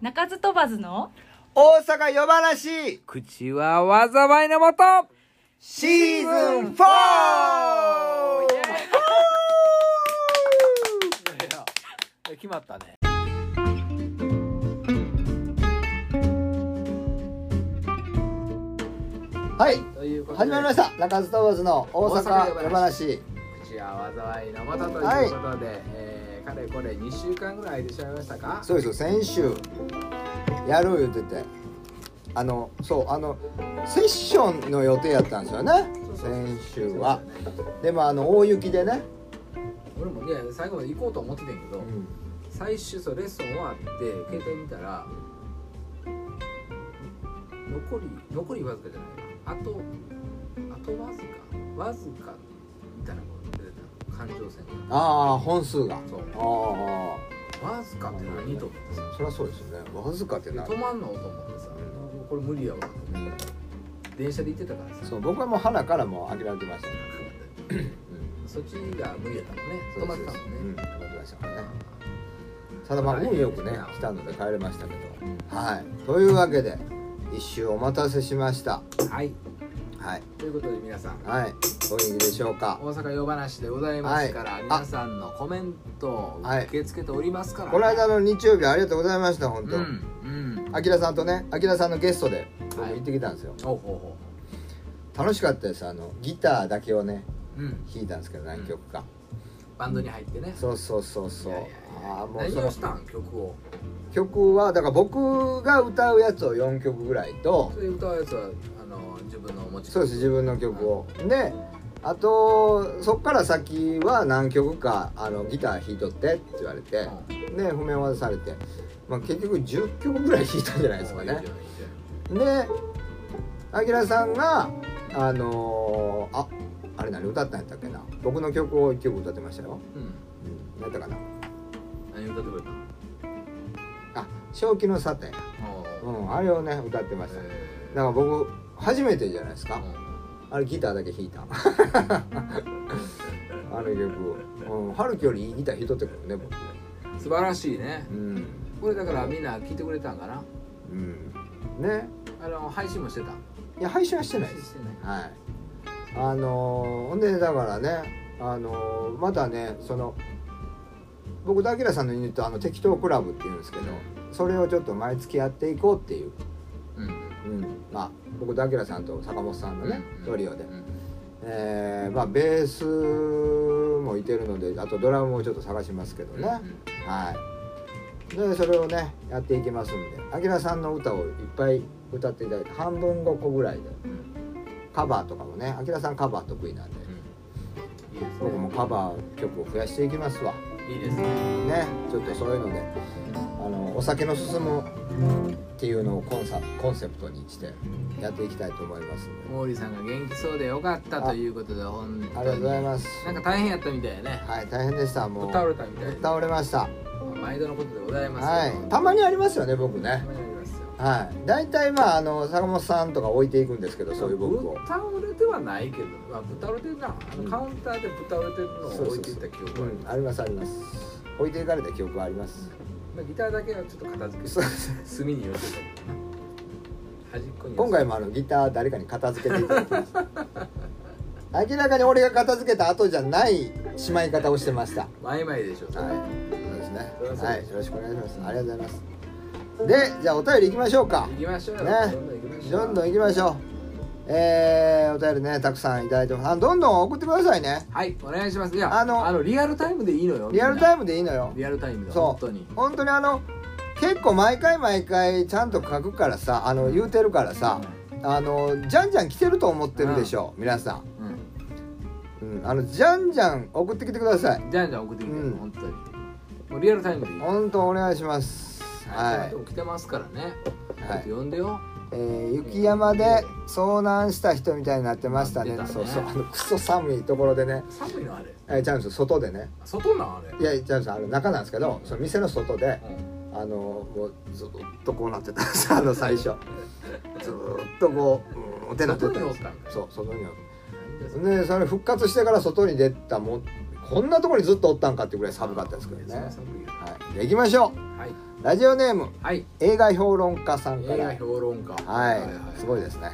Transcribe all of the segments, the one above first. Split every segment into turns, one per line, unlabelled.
鳴かず飛ばずの
大阪夜話
口は災いのもと
シーズン 4!
決まったね。
はい、
ということ
始
で
まりました。中津トーバズの大阪夜話。
口は災いのもとということで、えーかれこれ2週間ぐらい空いてしまいましたか
そうですよ、先週、やろう言ってて。あの、そう、あの、セッションの予定やったんですよね。先週は。でも、あの、大雪でね。
俺もね最後まで行こうと思ってたんやけど、
うん
最終そうレッスン終わって携帯見たら残り残りわずかじゃないなあとあとわずかわずかみたいなこと出てたの環状線
ああ、本数が。あ
そう
あー、
わずかって何と思ってさ
そりゃそうですよね。わずかって
で
な。
止まんのと思ってさこれ無理やわと思って電車で行ってたからさ
そう、僕はもう、花からもう諦めてましたね。
そっちが無理やったもんね
そう
止ま
そう
っ
そう
てたもんね、
うん、止まってましたからね。ただまあ運よくね来たので帰れましたけどはいというわけで一周お待たせしました
はい
はい
ということで皆さん
はいお元気でしょうか
大阪夜話でございますから、
はい
皆さんのコメントを受け付けておりますから、
この間の日曜日ありがとうございました本
う
当
んうん
あきらさんとねあきらさんのゲストで僕
はい
行ってきたんですよ
ほうほ
楽しかったですあのギターだけをね
うほううん
弾いたんですけど何曲か
バンドに入ってね
そうそうそうそう
いやいやいや
ああもう
何
そ
を
の
したん曲を
曲はだから僕が歌うやつを4曲ぐらいと
それ歌うやつはあの自分のお持ち
そうです自分の曲をであとそっから先は何曲かあのギター弾いとってって言われてで譜面渡されて、まあ、結局10曲ぐらい弾いたんじゃないですかねであきらさんがあのーああれ何歌ったんやったっけな僕の曲を1曲歌ってましたよ、
うん
うん、何やったかな
何歌ってくれたの
あ正気の沙汰や、う
うん
ん、あれをね歌ってましただか
えー
ら僕初めてじゃないですか、
うん
あれギターだけ弾いたあの曲うん春樹よりいいギター弾いとってくるね僕
素晴らしいね
うん
これだからみんな聞いてくれたんかな
うんね
あの配信もしてた
いや配信はしてない
配
で
信
す
してない
はいあのーほんでだからねあのーまたねその僕とらさんのユニットあの適当クラブっていうんですけどそれをちょっと毎月やっていこうっていう、
うん
うん、まあ僕とらさんと坂本さんのね
うん
トリオで
うん
えーまあベースもいてるのであとドラムもちょっと探しますけどね、はいでそれをねやっていきますんであきらさんの歌をいっぱい歌っていただいて半分5個ぐらいで
うんうん
カバーとかもねあきらさんカバー得意なんで
いいです
僕も
ね
カバー曲を増やしていきますわ
いいですね
ねちょっとそういうのであのお酒の進むっていうのをコンサコンセプトにしてやっていきたいと思いますんで
毛利さんが元気そうでよかったということで本当に
ありがとうございます
なんか大変やったみたいやね
はい大変でしたもう
倒れたみたいで
倒れました
毎度のことでございます
は
けど
い、たまにありますよね僕ね
たまにありますよ
はい大体まああの坂本さんとか置いていくんですけどそういう僕を
ぶっ倒れてはないけど、まあ、ぶっ倒れてるなあ
うん
のカウンターでぶっ倒れてるのを置いていった記憶
う
がある
んありますあります置いていかれた記憶はあります
まあ、ギターだけはちょっと片付けて
そう
隅に寄せたけどな端っこに寄せ
今回もあのギター誰かに片付けていただきました 明らかに俺が片付けた後じゃないしまい方をしてました
マイマイでしょそれ
はいそうですね
そりゃそう
は
で
い
す
よろしくお願いしますありがとうございますでじゃあお便りいきましょうか
行きましょうよ、
ね
どんどん行きましょう
どんどんいきましょうえー、お便りねたくさんいただいてますあどんどん送ってくださいね
はいお願いしますいや
あ
あ
の
のリアルタイムでいいのよ
リアルタ
イ
イムでいいのよ
リアルタイムだ
そう
本当に
本当にあの結構毎回毎回ちゃんと書くからさあの言うてるからさあのじゃんじゃん来てると思ってるでしょ、皆さ
うん
ん、うん、あのじゃんじゃん送ってきてください
じゃんじゃん送ってきて、
うん
本当にもうリアルタイムでいい
本当お願いしますは
起きてますからね、
い、
ちょ
は
っ
い
と呼んでよ
えー雪山で遭難した人みたいになってましたね
なって
そ
た
う
ね
そうあのクソ寒いところでね、
寒いのあれ
えー、チャンス外でね
外なんあれ
いやチャンスあの中なんですけどその店の外で
うん
あのもうずっとこうなってたんですあの最初ずっとこう、うん、ってなってたん
外にお
で
っ
す
たんかい
そう外におっ
何で
た
すか
でそれ復活してから外に出たもんこんなところにずっとおったんかっていうぐらい寒かったですけどね
そんな寒いよ
はいじゃあ行きましょ
はいう
ラジオネーム
はい
映画評論家さんか
映
ら
画評論家
はいすごいですね、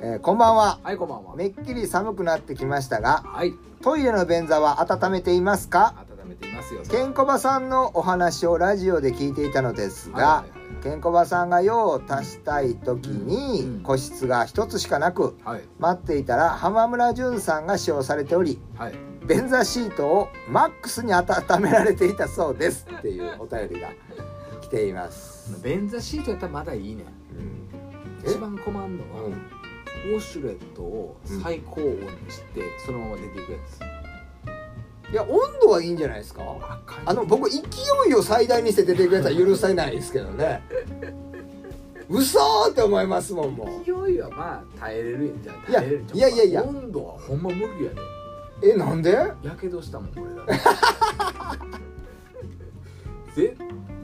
えーこんばんは
はいこんばんは
めっきり寒くなってきましたが
はい
トイレの便座は温めていますか
温めていますよ
ケンコバさんのお話をラジオで聞いていたのですが
はいはいはい
ケンコバさんが用を足したい時に、
うん
個室が一つしかなく
はい
待っていたら浜村淳さんが使用されており
はい
便座シートをマックスに温められていたそうですっていうお便りが来ています。
便座シートやったらまだいいねん
うんえ
一番困るのは、
うん
ウォシュレットを最高温にして、そのまま出ていくやつ
いや温度はいいんじゃないですかあの僕勢いを最大にして出てくれたら許せないですけど ね嘘ーって思いますもんもう
勢いはまあ耐えれるやんじゃあ
いや
耐えれるじゃん
いやいやいや
温度はほんま無理やで
えなんで
やけどしたもんこれだって絶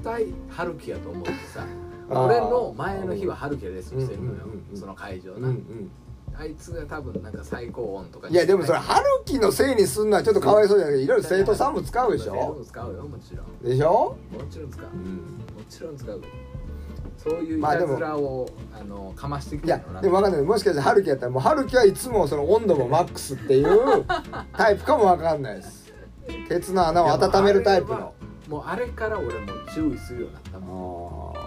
対春樹やと思ってさ俺の前の日は春樹やレッスンしてるのよ、
うんうんうんうん
その会場
う
な、
んうん
あいつが多分なんか最高温とか
いやでもそれ春樹のせいにすんのはちょっとかわいそうじゃないいろいろ 生徒さんも使うでし
生徒
ょ
も使うよもちろん
でしょ、
もちろん使う
う
も
ん、
ちろん使うそういうい
まあ
た
でも
ずらを、あ、のかまして
い
きた
や
のな
でも分かんないもしかして春樹やったらもう春樹はいつもその温度もマックスって いうタイプかも分かんないですケツの穴を温めるタイプの
もうあれから俺もう注意するようになったもん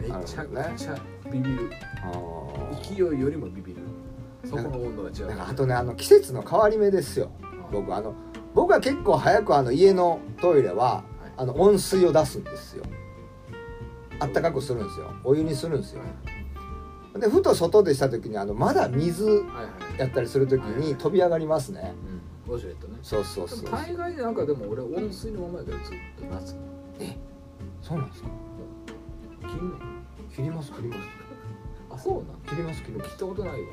あ
め
なる
ちゃ
ほどね
くちゃビビる
ーあー
勢いよりもビビるそこの温度が違う
なんかあとねあの季節の変わり目ですよ
うん
僕あの僕は結構早くあの家のトイレは
はい
あの温水を出すんですよあったかくするんですよお湯にするんですよでふと外でした時にあのまだ水
はいはい
やったりする時
はい
に飛び上がりますね
うんウォシュレットね
そうそうそう
でも大概なんかでも俺温水のままやけどずっと夏
そうなんですか
切んね
切ります切ります
あそうなん
切ります切りま
切
す
ったことないわ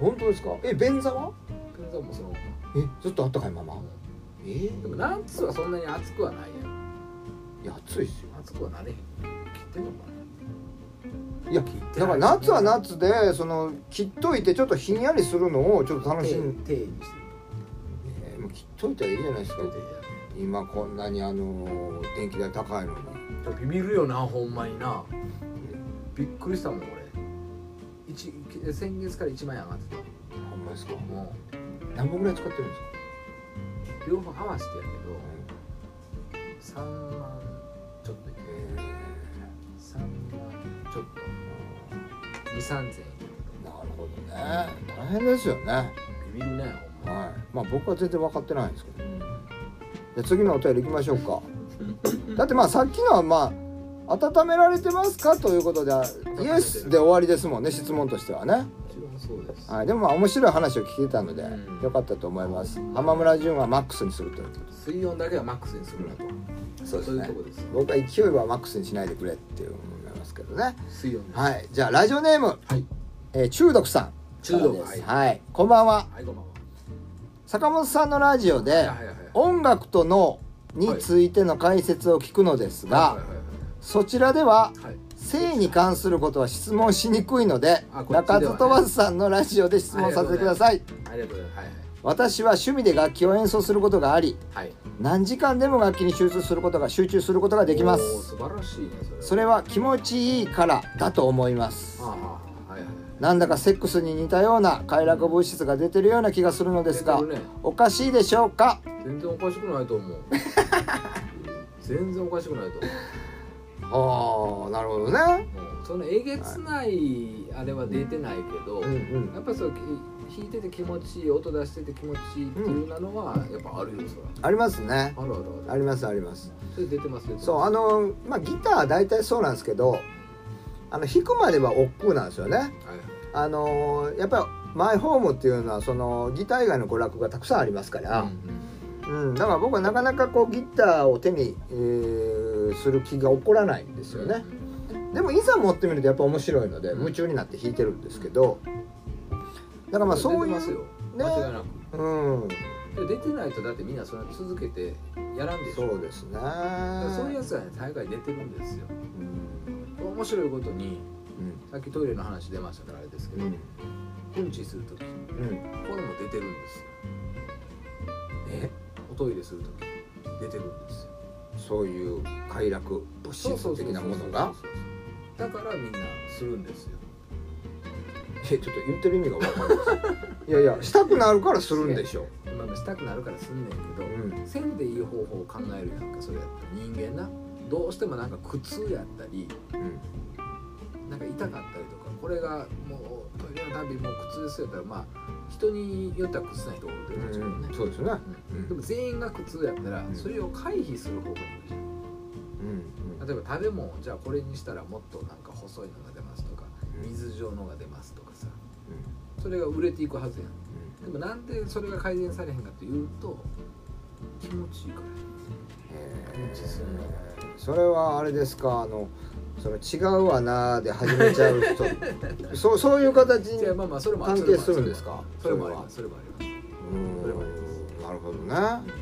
本当ですかえ便座は
健三もその
えずっとあったかいままえー
でも夏はそんなに暑くはないやん
いや暑いですよ
暑くはなれへん切ってんのか
いや
な
だから夏は夏でその切っといてちょっとひんやりするのをちょっと楽し
手
ん
手にして
えーもう切っといたらいいじゃないですか
る
今こんなにあのー電気代高いのに
手でビビるよなほんまになびっくりしたもん俺一先月から1万円上がって
ほんまですか
たも
何本ぐらい使ってるんですか
う両方合わせてやけど3万ちょっといけ
え
3万ちょっと2 3 0 0 0円いける
ーなるほどね大変ですよねはい
ビビるねほんま
まあ僕は全然分かってないんですけどじゃあ次のお便り行きましょう かだってまあさっきのはまあ温められてますかということでイエスで終わりですもんね質問としてはね
もちろんそうです
はい、でもまあ面白い話を聞けたので、
うん
良かったと思います。浜村淳はマックスにするというこ
水温だけはマックスにするなと
と。そう
そういうとこです
僕は勢いはマックスにしないでくれっていう思いますけどね。
水温い
はい、じゃあラジオネーム、
はい
えー中毒さん
中毒
からです。
は
はい、こんばんは。
はいこんばんは
坂本さんのラジオ
はい
で
はいはい
音楽と脳についての解説を聞くのですが、
はいはい
そちらでは
はいはい
性に関することは質問しにくいので、
あこっちで
中
はね
津飛ばずさんのラジオで質問させてください。
ありがとうございますはい
私は趣味で楽器を演奏することがあり
はいはい
何時間でも楽器に集中することが集中することができま
おー
す
素晴らしいねそれ
それは気持ちいいからだと思います
はああはいはい
なんだかセックスに似たような快楽物質が出てるような気がするのですが
出てるね
おかしいでしょうか
全然おかしくないと思う 全然おかしくないと思
ああなるほどね
うもうそのえげつないあれは出てないけど、
うんうん
やっぱそうき弾いてて気持ちいい音出してて気持ちいいっていうなのはやっぱあるよそ
ありますね
らあるあるあ
あ
る
りますあります
それ出てますよ
そうあのまあギターは大体そうなんですけどあの弾くまでは億劫なんですよね
はいはい
あのーやっぱりマイホームっていうのはそのギター以外の娯楽がたくさんありますから、うんだから僕はなかなかこうギターを手に、えーする気が起こらないんですよね、でもいざ持ってみるとやっぱ面白いので
うん
夢中になって弾いてるんですけどだからまあそういう
出てますよ、
ね
間違いな
うん
くで出てないとだってみんなそれ続けてやらんでしょ
そうですね
だからそういうやつはね大概出てるんですよ
うん
面白いことに
うん
さっきトイレの話出ましたからあれですけ
う
ど、
ん
うんちするときこ
うん
れも出てるんですよえおトイレするとき出てるんですよ
そういう快楽物
そうそ
質
うそう
的
そう
なものが
そうそうそうだからみんなするんですよ
えちょっと言ってる意味が分かんない ですいやいやしたくなるからするんでしょ
まあしたくなるからすんねんけ
う
ど、
ん
せんでいい方法を考えるやんかそれやったら人間などうしてもなんか苦痛やったり
うん
なんか痛かったりとかこれがもうトイレのたびもう苦痛ですよやったらまあ人によっては苦痛ないと思うけどもちろんね、
そうですね
うんでも全員が苦痛やったら
うん
それを回避する方法にいくじゃん
うん
例えば食べ物をじゃあこれにしたらもっとなんか細いのが出ますとか
うん
水状のが出ますとかさそれが売れていくはずやんでもなんでそれが改善されへんかというと気持ちいいから
へーそれはあれですかあのその違う穴で始めちゃう 人そうそういう形に
じゃあまあまあそれも
関係するんですか
それもありますそれもありま
うん
それもあり
なるほどね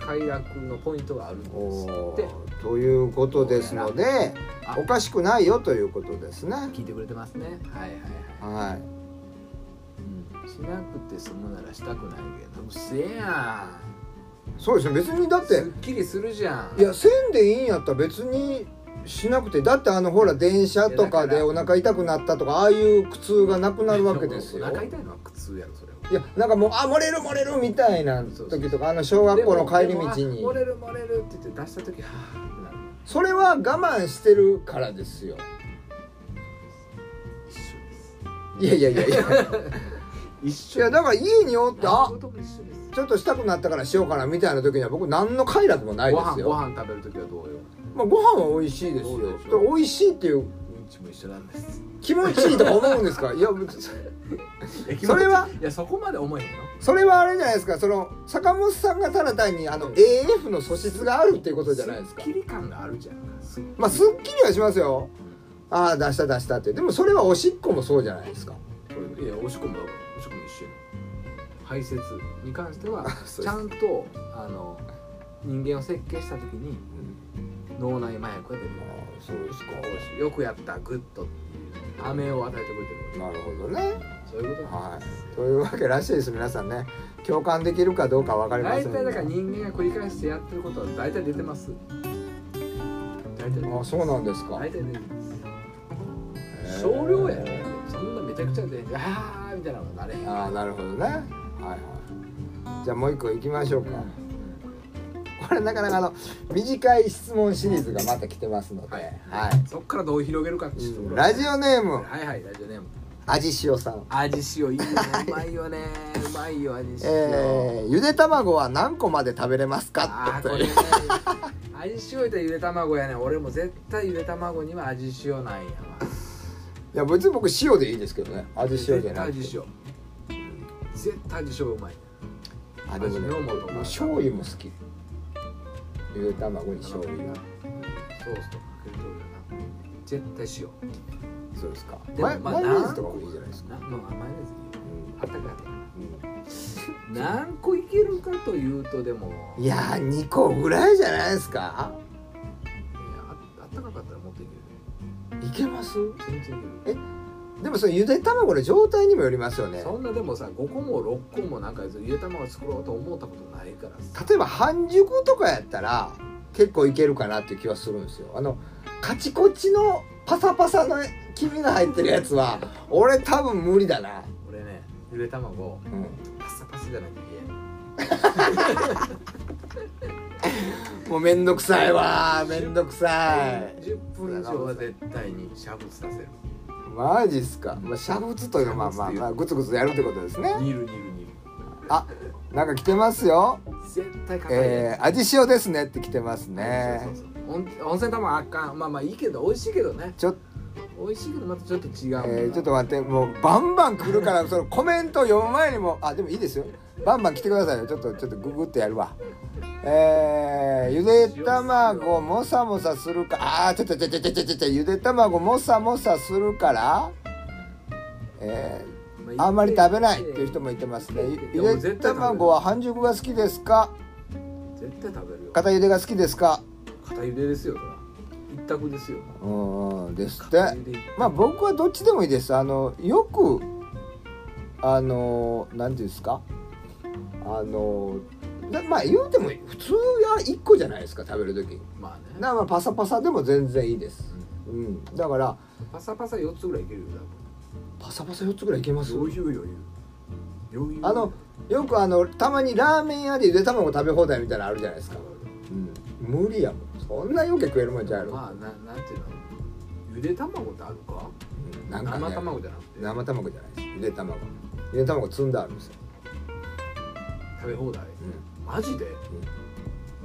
す快楽のポイントがあるんです
お
って
ーということですので
あ
おかしくないよということですね
聞いてくれてますねはいはいはい、
は
うん、しなくて済むならしたくないけどうっせえや
いそうですね別にだ
ん
っ
す
て
っきりするじゃん
いやせんでいいんやったら別にしなくてだってあのほら電車とかでお腹痛くなったとかああいう苦痛がなくなるわけですよ
お腹痛いのは苦痛やろそれはい
やなんかもうあ漏れる漏れるみたいな時とかあの小学校の帰り道
で
に
もでもあ漏れる漏れるって言って出した時はぁってなる
それは我慢してるからですよ
一緒です
いやいやいやいや
一
い
緒
やだから家におってあ
何事も一緒です
ちょっとしたくなったからしようかなみたいな時には僕何の快楽もないで
ご飯
す
ご
よ
飯食べる時はどうよ
まあ、ご飯は美味しいですよ
そうでしょ
と美味しいっていう
うんちも一緒なんです
気持ちいいとか思うんですかいや別にそれはい
やそこまで思えへんよ
それはあれじゃないですかその坂本さんがただ単にあの AF の素質があるっていうことじゃないですか
っきり感があるじゃんすっきり
まあすっきりはしますよああ出した出したってでもそれはおしっこもそうじゃないですか
これいやおしっこもおしっこも一緒やん排泄に関して は
そうです
ちゃんとあの人間を設計した時に脳内麻薬が出る
ああそうですか
よくやったグッドっていう飴を与えてくれてる
なるほどね
そういうことなん
は
です
いというわけらしいです皆さんね共感できるかどうか分かりま
大
せん
体だから
が
人間が繰り返してやってることは大体出てます大体出て
あ
ま
あ
す
そうなんですか
大体出てます
へえ
少量やねそんなめちゃくちゃであーみたいなのがなれへん
ああなるほどねはいはいじゃあもう一個いきましょうか、これなかなかあの短い質問シリーズがまた来てますので、
は
はいい、
そっからどう広げるかっていうところ
ラジオネーム
はいはいラジオネーム
味塩さん、
味塩いいねうまいよねうまいよ味塩、
えー、ゆで卵は何個まで食べれますか
あーことれ
い
ね
う
味塩いたらゆで卵やね俺も絶対ゆで卵には味塩なんやわ
いや別に僕塩でいいですけどね味塩じゃなくて
絶対味塩絶対味塩うまい
あでもね
味の素
僕醤油も好きゆで卵に醤油が
ソースとかかけるとるよな絶対塩
そうですか
でも
マイ
まあ
マヨネーズとかもいいじゃないですか、
なまあマヨネーズいいよあったかい
うん
何個いけるかというとでも
うんいやー2個ぐらいじゃないですか
いやああったかかったらもっといける
いけます
全然いける
でもそのゆで卵の状態にもよりますよね
そんなでもさ5個も6個もなんかゆで卵作ろうと思ったことないからさ
例えば半熟とかやったら結構いけるかなっていう気はするんですよあのカチコチのパサパサの黄身が入ってるやつ は俺多分無理だな、
俺ねゆで卵
う
パサパサじゃなくて
ん、もうめんどくさいわめんどくさい
10分以上は絶対に煮沸させる
マジっすか、まあ、煮沸というのはまあまあまあグツグツやるってことですね
煮る煮る煮る
あなんか来てますよ
絶対かかるや
えー、味塩ですねって来てます
つ
ね
そうそうそう温温泉卵あかんまあまあいいけど美味しいけどね
ちょっと
美味しいけどまたちょっと違うもんな、
えー、ちょっと待ってもうバンバン来るから そのコメント読む前にもあでもいいですよバンバン来てくださいよちょっとちょっとググってやるわえー、ゆで卵もさもさするかあーちょっとちょっとちょっとちょっとゆで卵もさもさするからえー、あんまり食べないっていう人もいてますねゆゆで卵は半熟が好きですか
絶対食べるよ
片ゆでが好きですか
片ゆでですよそら一択ですよ
うーんですって
片ゆで
まあ僕はどっちでもいいですあのよくあの何ていうんですかあのだまあ言うても普通は1個じゃないですか食べる時
まあね
だからパサパサでも全然いいです
う
うんだから
んパサパサ4つぐらいいけるよ
パサパサ4つぐらいいけます
多分余裕余裕余裕
あのよくあのたまにラーメン屋でゆで卵食べ放題みたいなのあるじゃないですか、うん、無理やもんそんな余計食えるもんじゃないの、
まあななんていうのゆで卵ってあるか
うんなんか、ね、
生卵じゃなくて
生卵じゃないですゆで卵ゆで卵積んであるんですよ、
食べ放題
う
マジで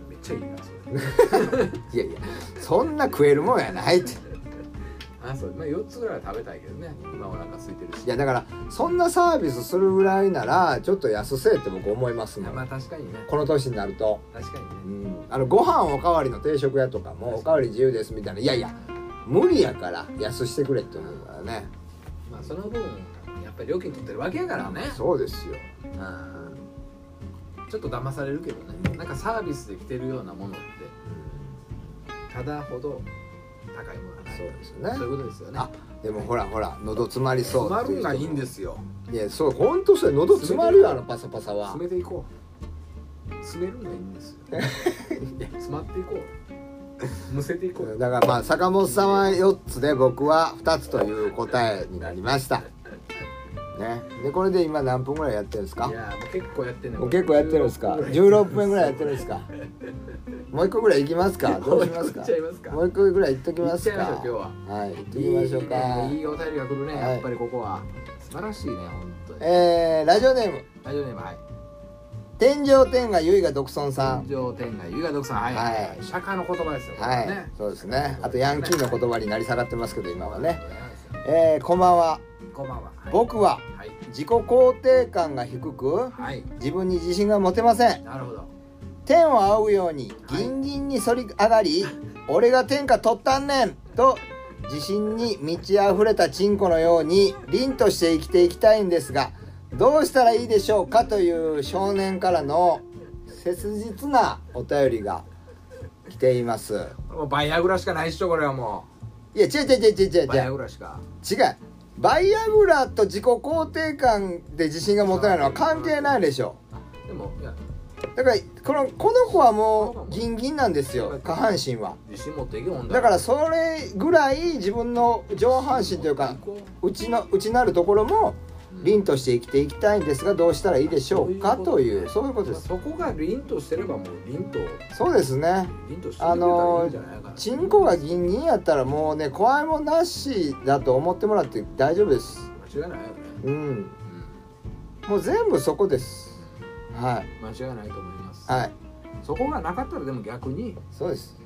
めっちゃいいなそれ
ん、いやいやそんな食えるもんやないって
あ そうまあ4つぐらいは食べたいけどね今お腹空いてるし
いやだからそんなサービスするぐらいならちょっと安せえって僕思いますもん、
まあ確かにね
この年になると、
確かに
う
ね
ん、あのご飯おかわりの定食屋とかもおかわり自由ですみたいないやいや無理やから安してくれって思うからね
まあその分やっぱり料金取ってるわけやからね
そうですよ
うんちょっと騙されるけどねなんかサービスで来てるようなものってただほど高いものはない
そうですよね
そういうことですよね
あでもほらほら喉詰まりそう
詰まるんがいいんですすよ
いやそう本当それ喉詰まるよあのパサパサは
詰めていこう詰めるんがいいんですよ 詰まっていこうむせていこう
だからまあ坂本さんは4つで僕は2つという答えになりましたねでこれで今何分ぐらいやってるんですか
いやーもう結構やってんね
もう結構やってるんですか16分ぐらいやってるんですかもう一個ぐらい行きますかどうしますか
もう一個行っちゃいますか
もう一個ぐらい行っときますか
行っちゃいましょう今
はい行っときましょうか
いい,、ね、いいお便りが来るね、
はい
やっぱりここは素晴らしいね本当に
えー、ラジオネーム
ラジオネームはい
天井天がゆいが独尊さん
天上天外優雅独さんはい、
はい
釈迦の言葉ですよこれ
はい、
ね
そうですねあとヤンキーの言葉になり下がってますけど今はね
はい
えー、こんばんは
こんばんははい
僕は
はい
自己肯定感が低く
はい
自分に自信が持てません
なるほど
天を仰ぐようにギンギンに反り上がり、俺が天下取ったんねんと自信に満ち溢れたチンコのように凛として生きていきたいんですがどうしたらいいでしょうかという少年からの切実なお便りが来ています
もうバイアグラしかないっしょこれはも
いや違う違う違う違う違う
うバイアグラしか
違うバイアグラと自己肯定感で自信が持てないのは関係ないでしょ
でもいや
だからこのこの子はもうギンギンなんですよ下半身は
自信持っていけもん
だからそれぐらい自分の上半身というか内の内なるところも凛として生きていきたいんですがどうしたらいいでしょうかというそういうことです
そこが凛としてればもう凛と
そうですね
凛としてくれたらいいんじゃないかな
チンコがギンギンやったらもうね怖いもんなしだと思ってもらって大丈夫です
間違いないよね
うんもう全部そこですはい
うん間違いないと思います
はい
そこがなかったらでも逆に
そうです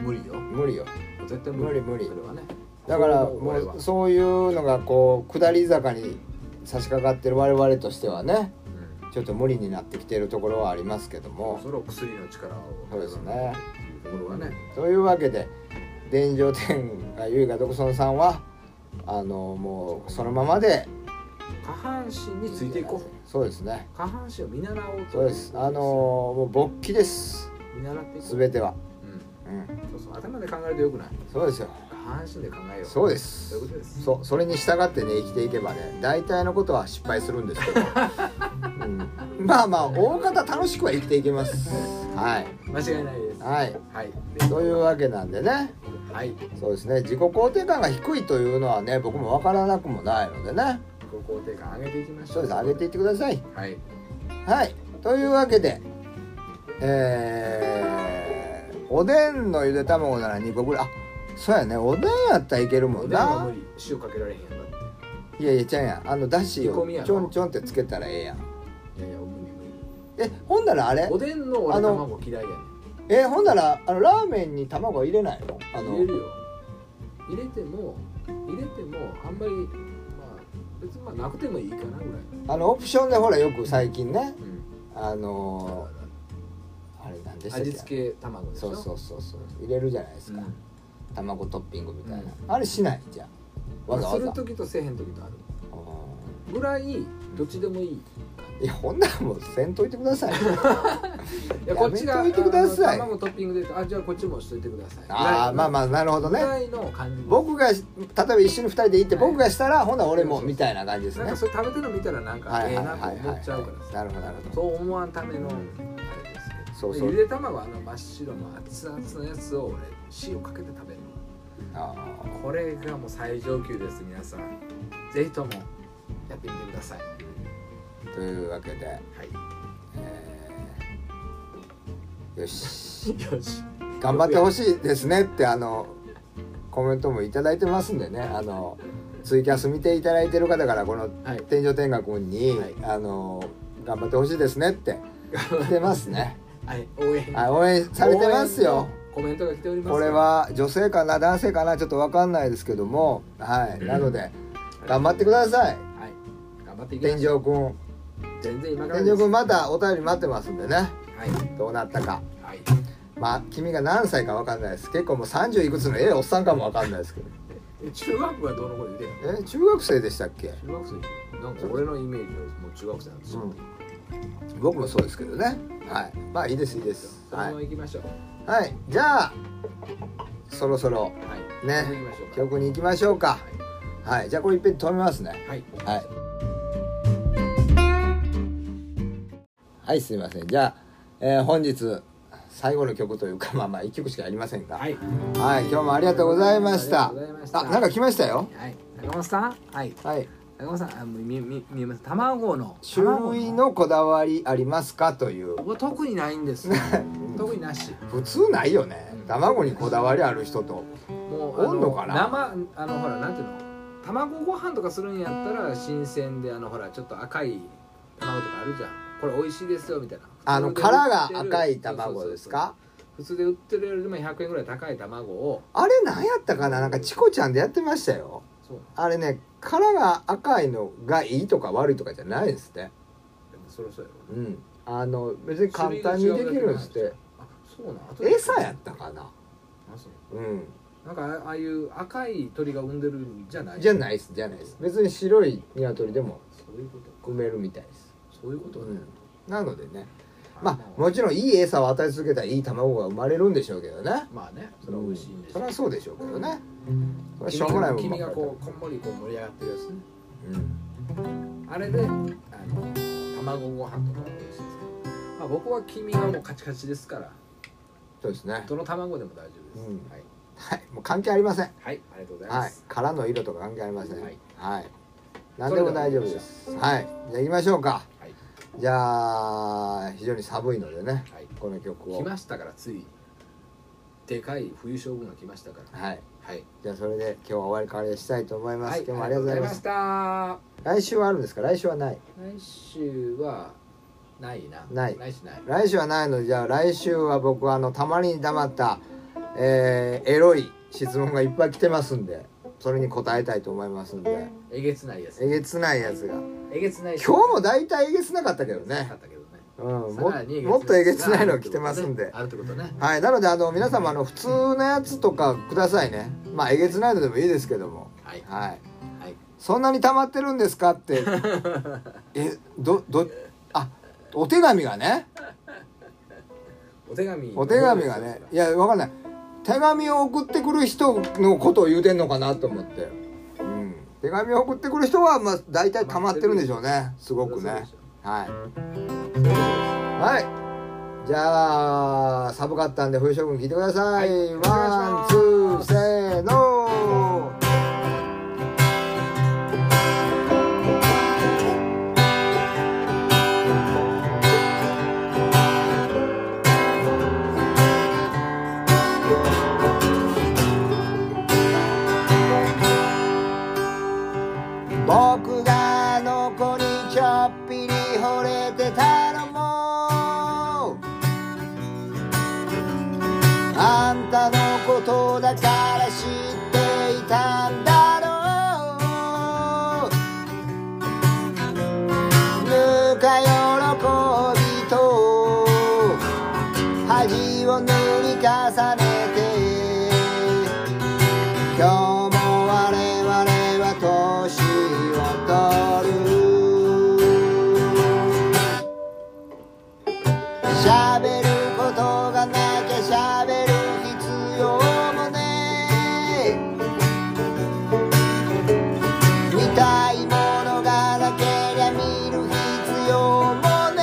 無理よ
無理よ
絶対無理
無理無理
それはね
だから
そう思
も
う俺は
うそういうのがこう下り坂に差し掛かってる我々としてはね
うん
ちょっと無理になってきてるところはありますけども
それを薬の力を
そうですね
ところはね
というわけで伝承天が優雅独尊さんはあのもうそのままで
下半身についていこう
そうですね
下半身を見習おうと
そうですあのもう勃起です
見習っていこう
全ては、
う
うん、
んそうそう頭で考えるとよくない
そうですよ
下半身で考えよう
そうで
そう
す
いうことです
そうそれに従ってね生きていけばね大体のことは失敗するんです けど、うんまあまあ大方楽しくは生きていけますはい
間違いないですは
はい
い
というわけなんでね
はい
そうですね自己肯定感が低いというのはね僕も分からなくもないのでね
自己肯定感上げていきましょ
そう
う
です上げていってください
はい
はいというわけでえー、おでんのゆで卵なら2個ぐらいあそうやねおでんやったらいけるもん
でも
な
無理塩かけられへんやんだって
いやいやちゃうやんあのだし
煮込
を
みやろ
ちょんちょんってつけたらええやん
いやいや無理無理
えほんならあれ
おでんの俺
あの
卵嫌いやねん
えほんならあのラーメンに卵入れないのあの
入れるよ入れても入れてもあんまりまあ別にまあなくてもいいかなぐらい、
あのオプションでほらよく最近ね
うん、
あのー、あれなんでしたっけ
味付け卵でしょ
そうそうそうそう入れるじゃないです
うん
か、卵トッピングみたいな、
う
あれしないじゃんわざわ
する
ざ
時とせえへん時とある
あ
ぐらいどっちでもいい
ーいやほんならもうせんといてくだ さい
いやこっちが
やめといてください
あの卵トッピングであじゃあこっちもしといてください
ああまあまあなるほど
ぐ
ね
らいの感じ
僕が例えば一緒に二人で行って
はい
僕がしたら、ほな俺
そう
も
そう
みたいな感じです
なん
ね
かそれ食べてるの見たらなんか
はい
ええ
はい
な
はい
と
はい
思っちゃうか
は
ら
い
さ
なるほどなるほど
そう思わんためのあれで
そうそ
ゆ
う
で卵あの真っ白の熱々のやつを俺塩かけて食べる
あ
のこれがもう最上級です皆さんぜひともやってみてください
ーというわけで、
は
えーよ し
いよし
頑張ってほしいですねってあのコメントもいただいてますんでねあのツイキャス見ていただいてる方からこの
はい
天井天下君に、
はい
あの頑張ってほしいですねって来てますね
はい応援
はい応援されてます
応援
よ
のコメントが来ております
これは女性かな男性かなちょっと分かんないですけどもはいなので頑張ってください
はい頑張っていきま
天
しょう
井君
全然今から
天
で
井
す
君またお便り待ってますんでね
はい
どうなったか
はい
まあ君が何歳か分かんないです結構もう30いくつのええおっさんかも分かんないですけど
え中学はどうの頃で中
え中学生でしたっけ、
学生なんか俺のイメージはもう中学生なんですよ、
うん、僕もそうですけどねはいまあいいですいいです
その
は
まま
い、
行きましょう
はい、じゃあそろそろ
はい、
ね
そのまま行きましょうか
曲に行きましょうかはいじゃあこれいっぺん止めますね
はい
はい。はい、すみません。じゃあ、えー本日最後の曲というか、まあまあ一曲しかありませんが、
は
はい、
い
今日もありがとうございました。
ありがとうございました
あなんか来ましたよ。
はい中本さんはい
はい。
中本さんあもう見見見えます卵の
種類のこだわりありますかという。
僕は特にないんですよ特になし
普通ないよね。卵にこだわりある人と。
もう
温度かな
あの生あのほらなんていうの卵ご飯とかするんやったら新鮮であのほらちょっと赤い卵とかあるじゃんこれ美味しいですよみたいな
あの
普通で売
殻
ってる
が赤い卵ですか。
そうそうそう普通で売ってるよりも100円ぐらい高い卵を
あれ何やったかな。なんかチコちゃんでやってましたよ。
そう
あれね、殻が赤いのがいいとか悪いとかじゃないですね。
でもそろそろやろ
うん、あの別に簡単にできるんですって
あそうなん後で
餌やったかな、
あそう
うん、
なんかあああいう赤い鳥が産んでるんじゃない
じゃないですじゃないです別に白い鶏でも
そういうこと
埋めるみたいです、
そういうこと
う
ね、
ん、なのでねまあもちろんいい餌を与え続けたらいい卵が生まれるんでしょうけどね
まあねそれは美味しいんでし
そ
ょ
りゃそうでしょうけどね、それは
君
しょうもないもん
君が
ばっかり
こうこんもりこう盛り上がってるやつね
だうん
あれであの卵ご飯とかも美味しいですけど、まあ、僕は黄身はもうカチカチですから
そうですね
どの卵でも大丈夫です、
うん
はい、
はいもう関係ありません
はい、ありがとうございま
はい
す、
殻の色とか関係ありませんは
はいい、
何でも大丈夫ですはいじゃあ行きましょうか
はい
じゃあ非常に寒いのでね
はい
この曲を
来ましたからついにでかい冬将軍が来ましたから
はい
はい、
じゃあそれで今日は終わりからしたいと思います、
はい、
今日もありがとうございま
あり
す
がと
来週はあるんですか来週はないう
ございました来週はないな
ない
ないしない
来週はないのでじゃあ来週は僕はあのたまに黙った、えーエロい質問がいっぱい来てますんでそれに答えたいと思いますんで
えげつないやつ
えげつないやつが
えげつない
今日も大体えげつなかったけど
な
ね
かったけどね
うんも
さらに
もっとえげつないのが来てますんで
あるってことね
はいなのであの皆様あの普通のやつとかくださいねまあえげつないのでもいいですけども
はいは
はい
い
そんなに溜まってるんですか って。え、ど、ど、あ、お手紙がね、
お手紙
お手紙がね、いや、わかんない。手紙を送ってくる人のことを言うてんのかなと思って。うん、手紙を送ってくる人は、まあ、大体溜まってるんでしょうね。すごくね。はい。はい。じゃあ、寒かったんで、冬将軍聞いてください。
はい
ワン、ツ
お願
ー、
いします
せーの。僕があの子にちょっぴり惚れてたのもあんたのことだから知っていたんだろうぬか喜びと恥を塗り重ねて今日も我々は年を取る喋ることがなきゃ喋る必要もね見たいものがなけりゃ見る必要もね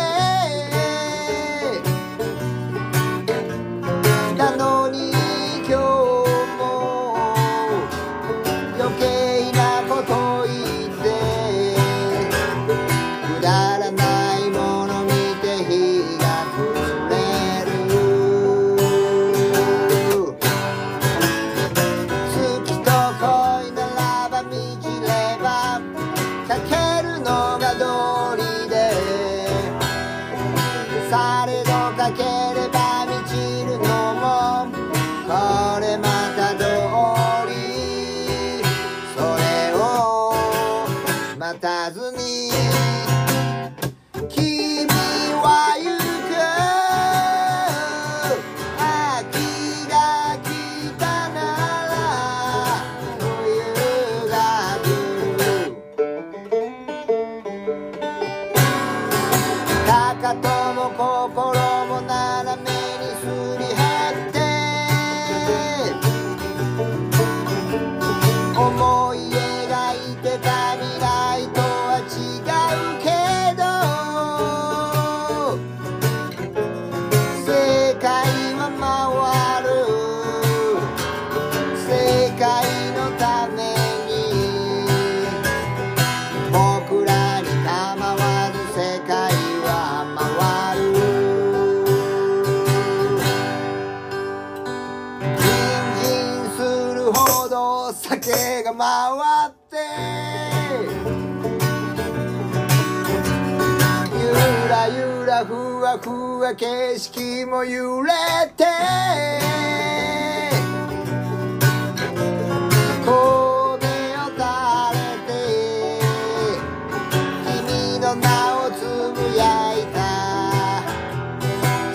ょうど酒が回ってゆらゆらふわふわ景色も揺れて神を垂れて君の名をつぶやいた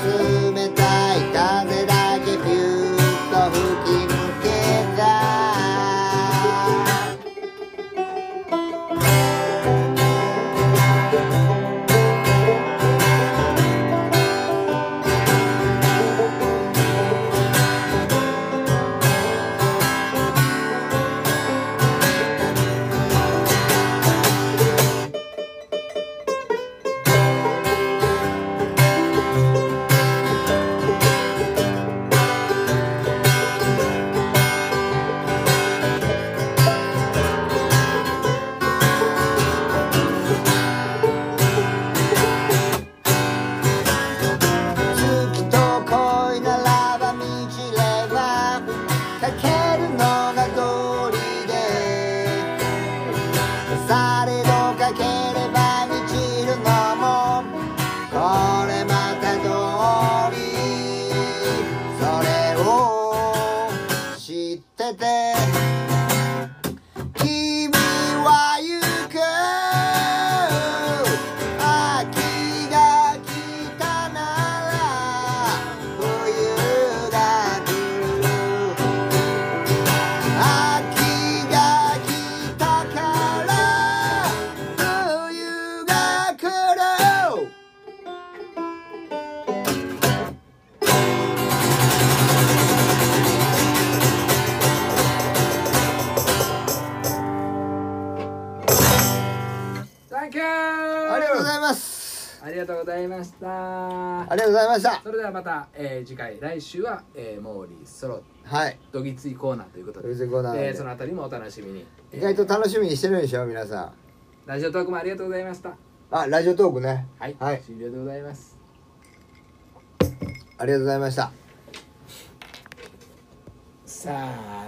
冷たい風だけピューッと吹き抜けた月と恋ならば道ればかけるのが通りでされどかければ満ちるのもこれまた通りそれを知ってて君は行く秋が来たなら冬が来る秋が来たから冬が来る
Thank you あ
ありがとうございます
ありがとうございました
ありがとうございました
それではまた、えー次回来週は、えー、モーリーソロ
はい
ドギツイコーナーということで
ドギツイコーナーなんで
えーそのあたりもお楽しみに
意外と楽しみにしてるでしょ皆さん
ラジオトークもありがとうございました
あラジオトークね
はい、
はい
終了でございます
ありがとうございました
さあ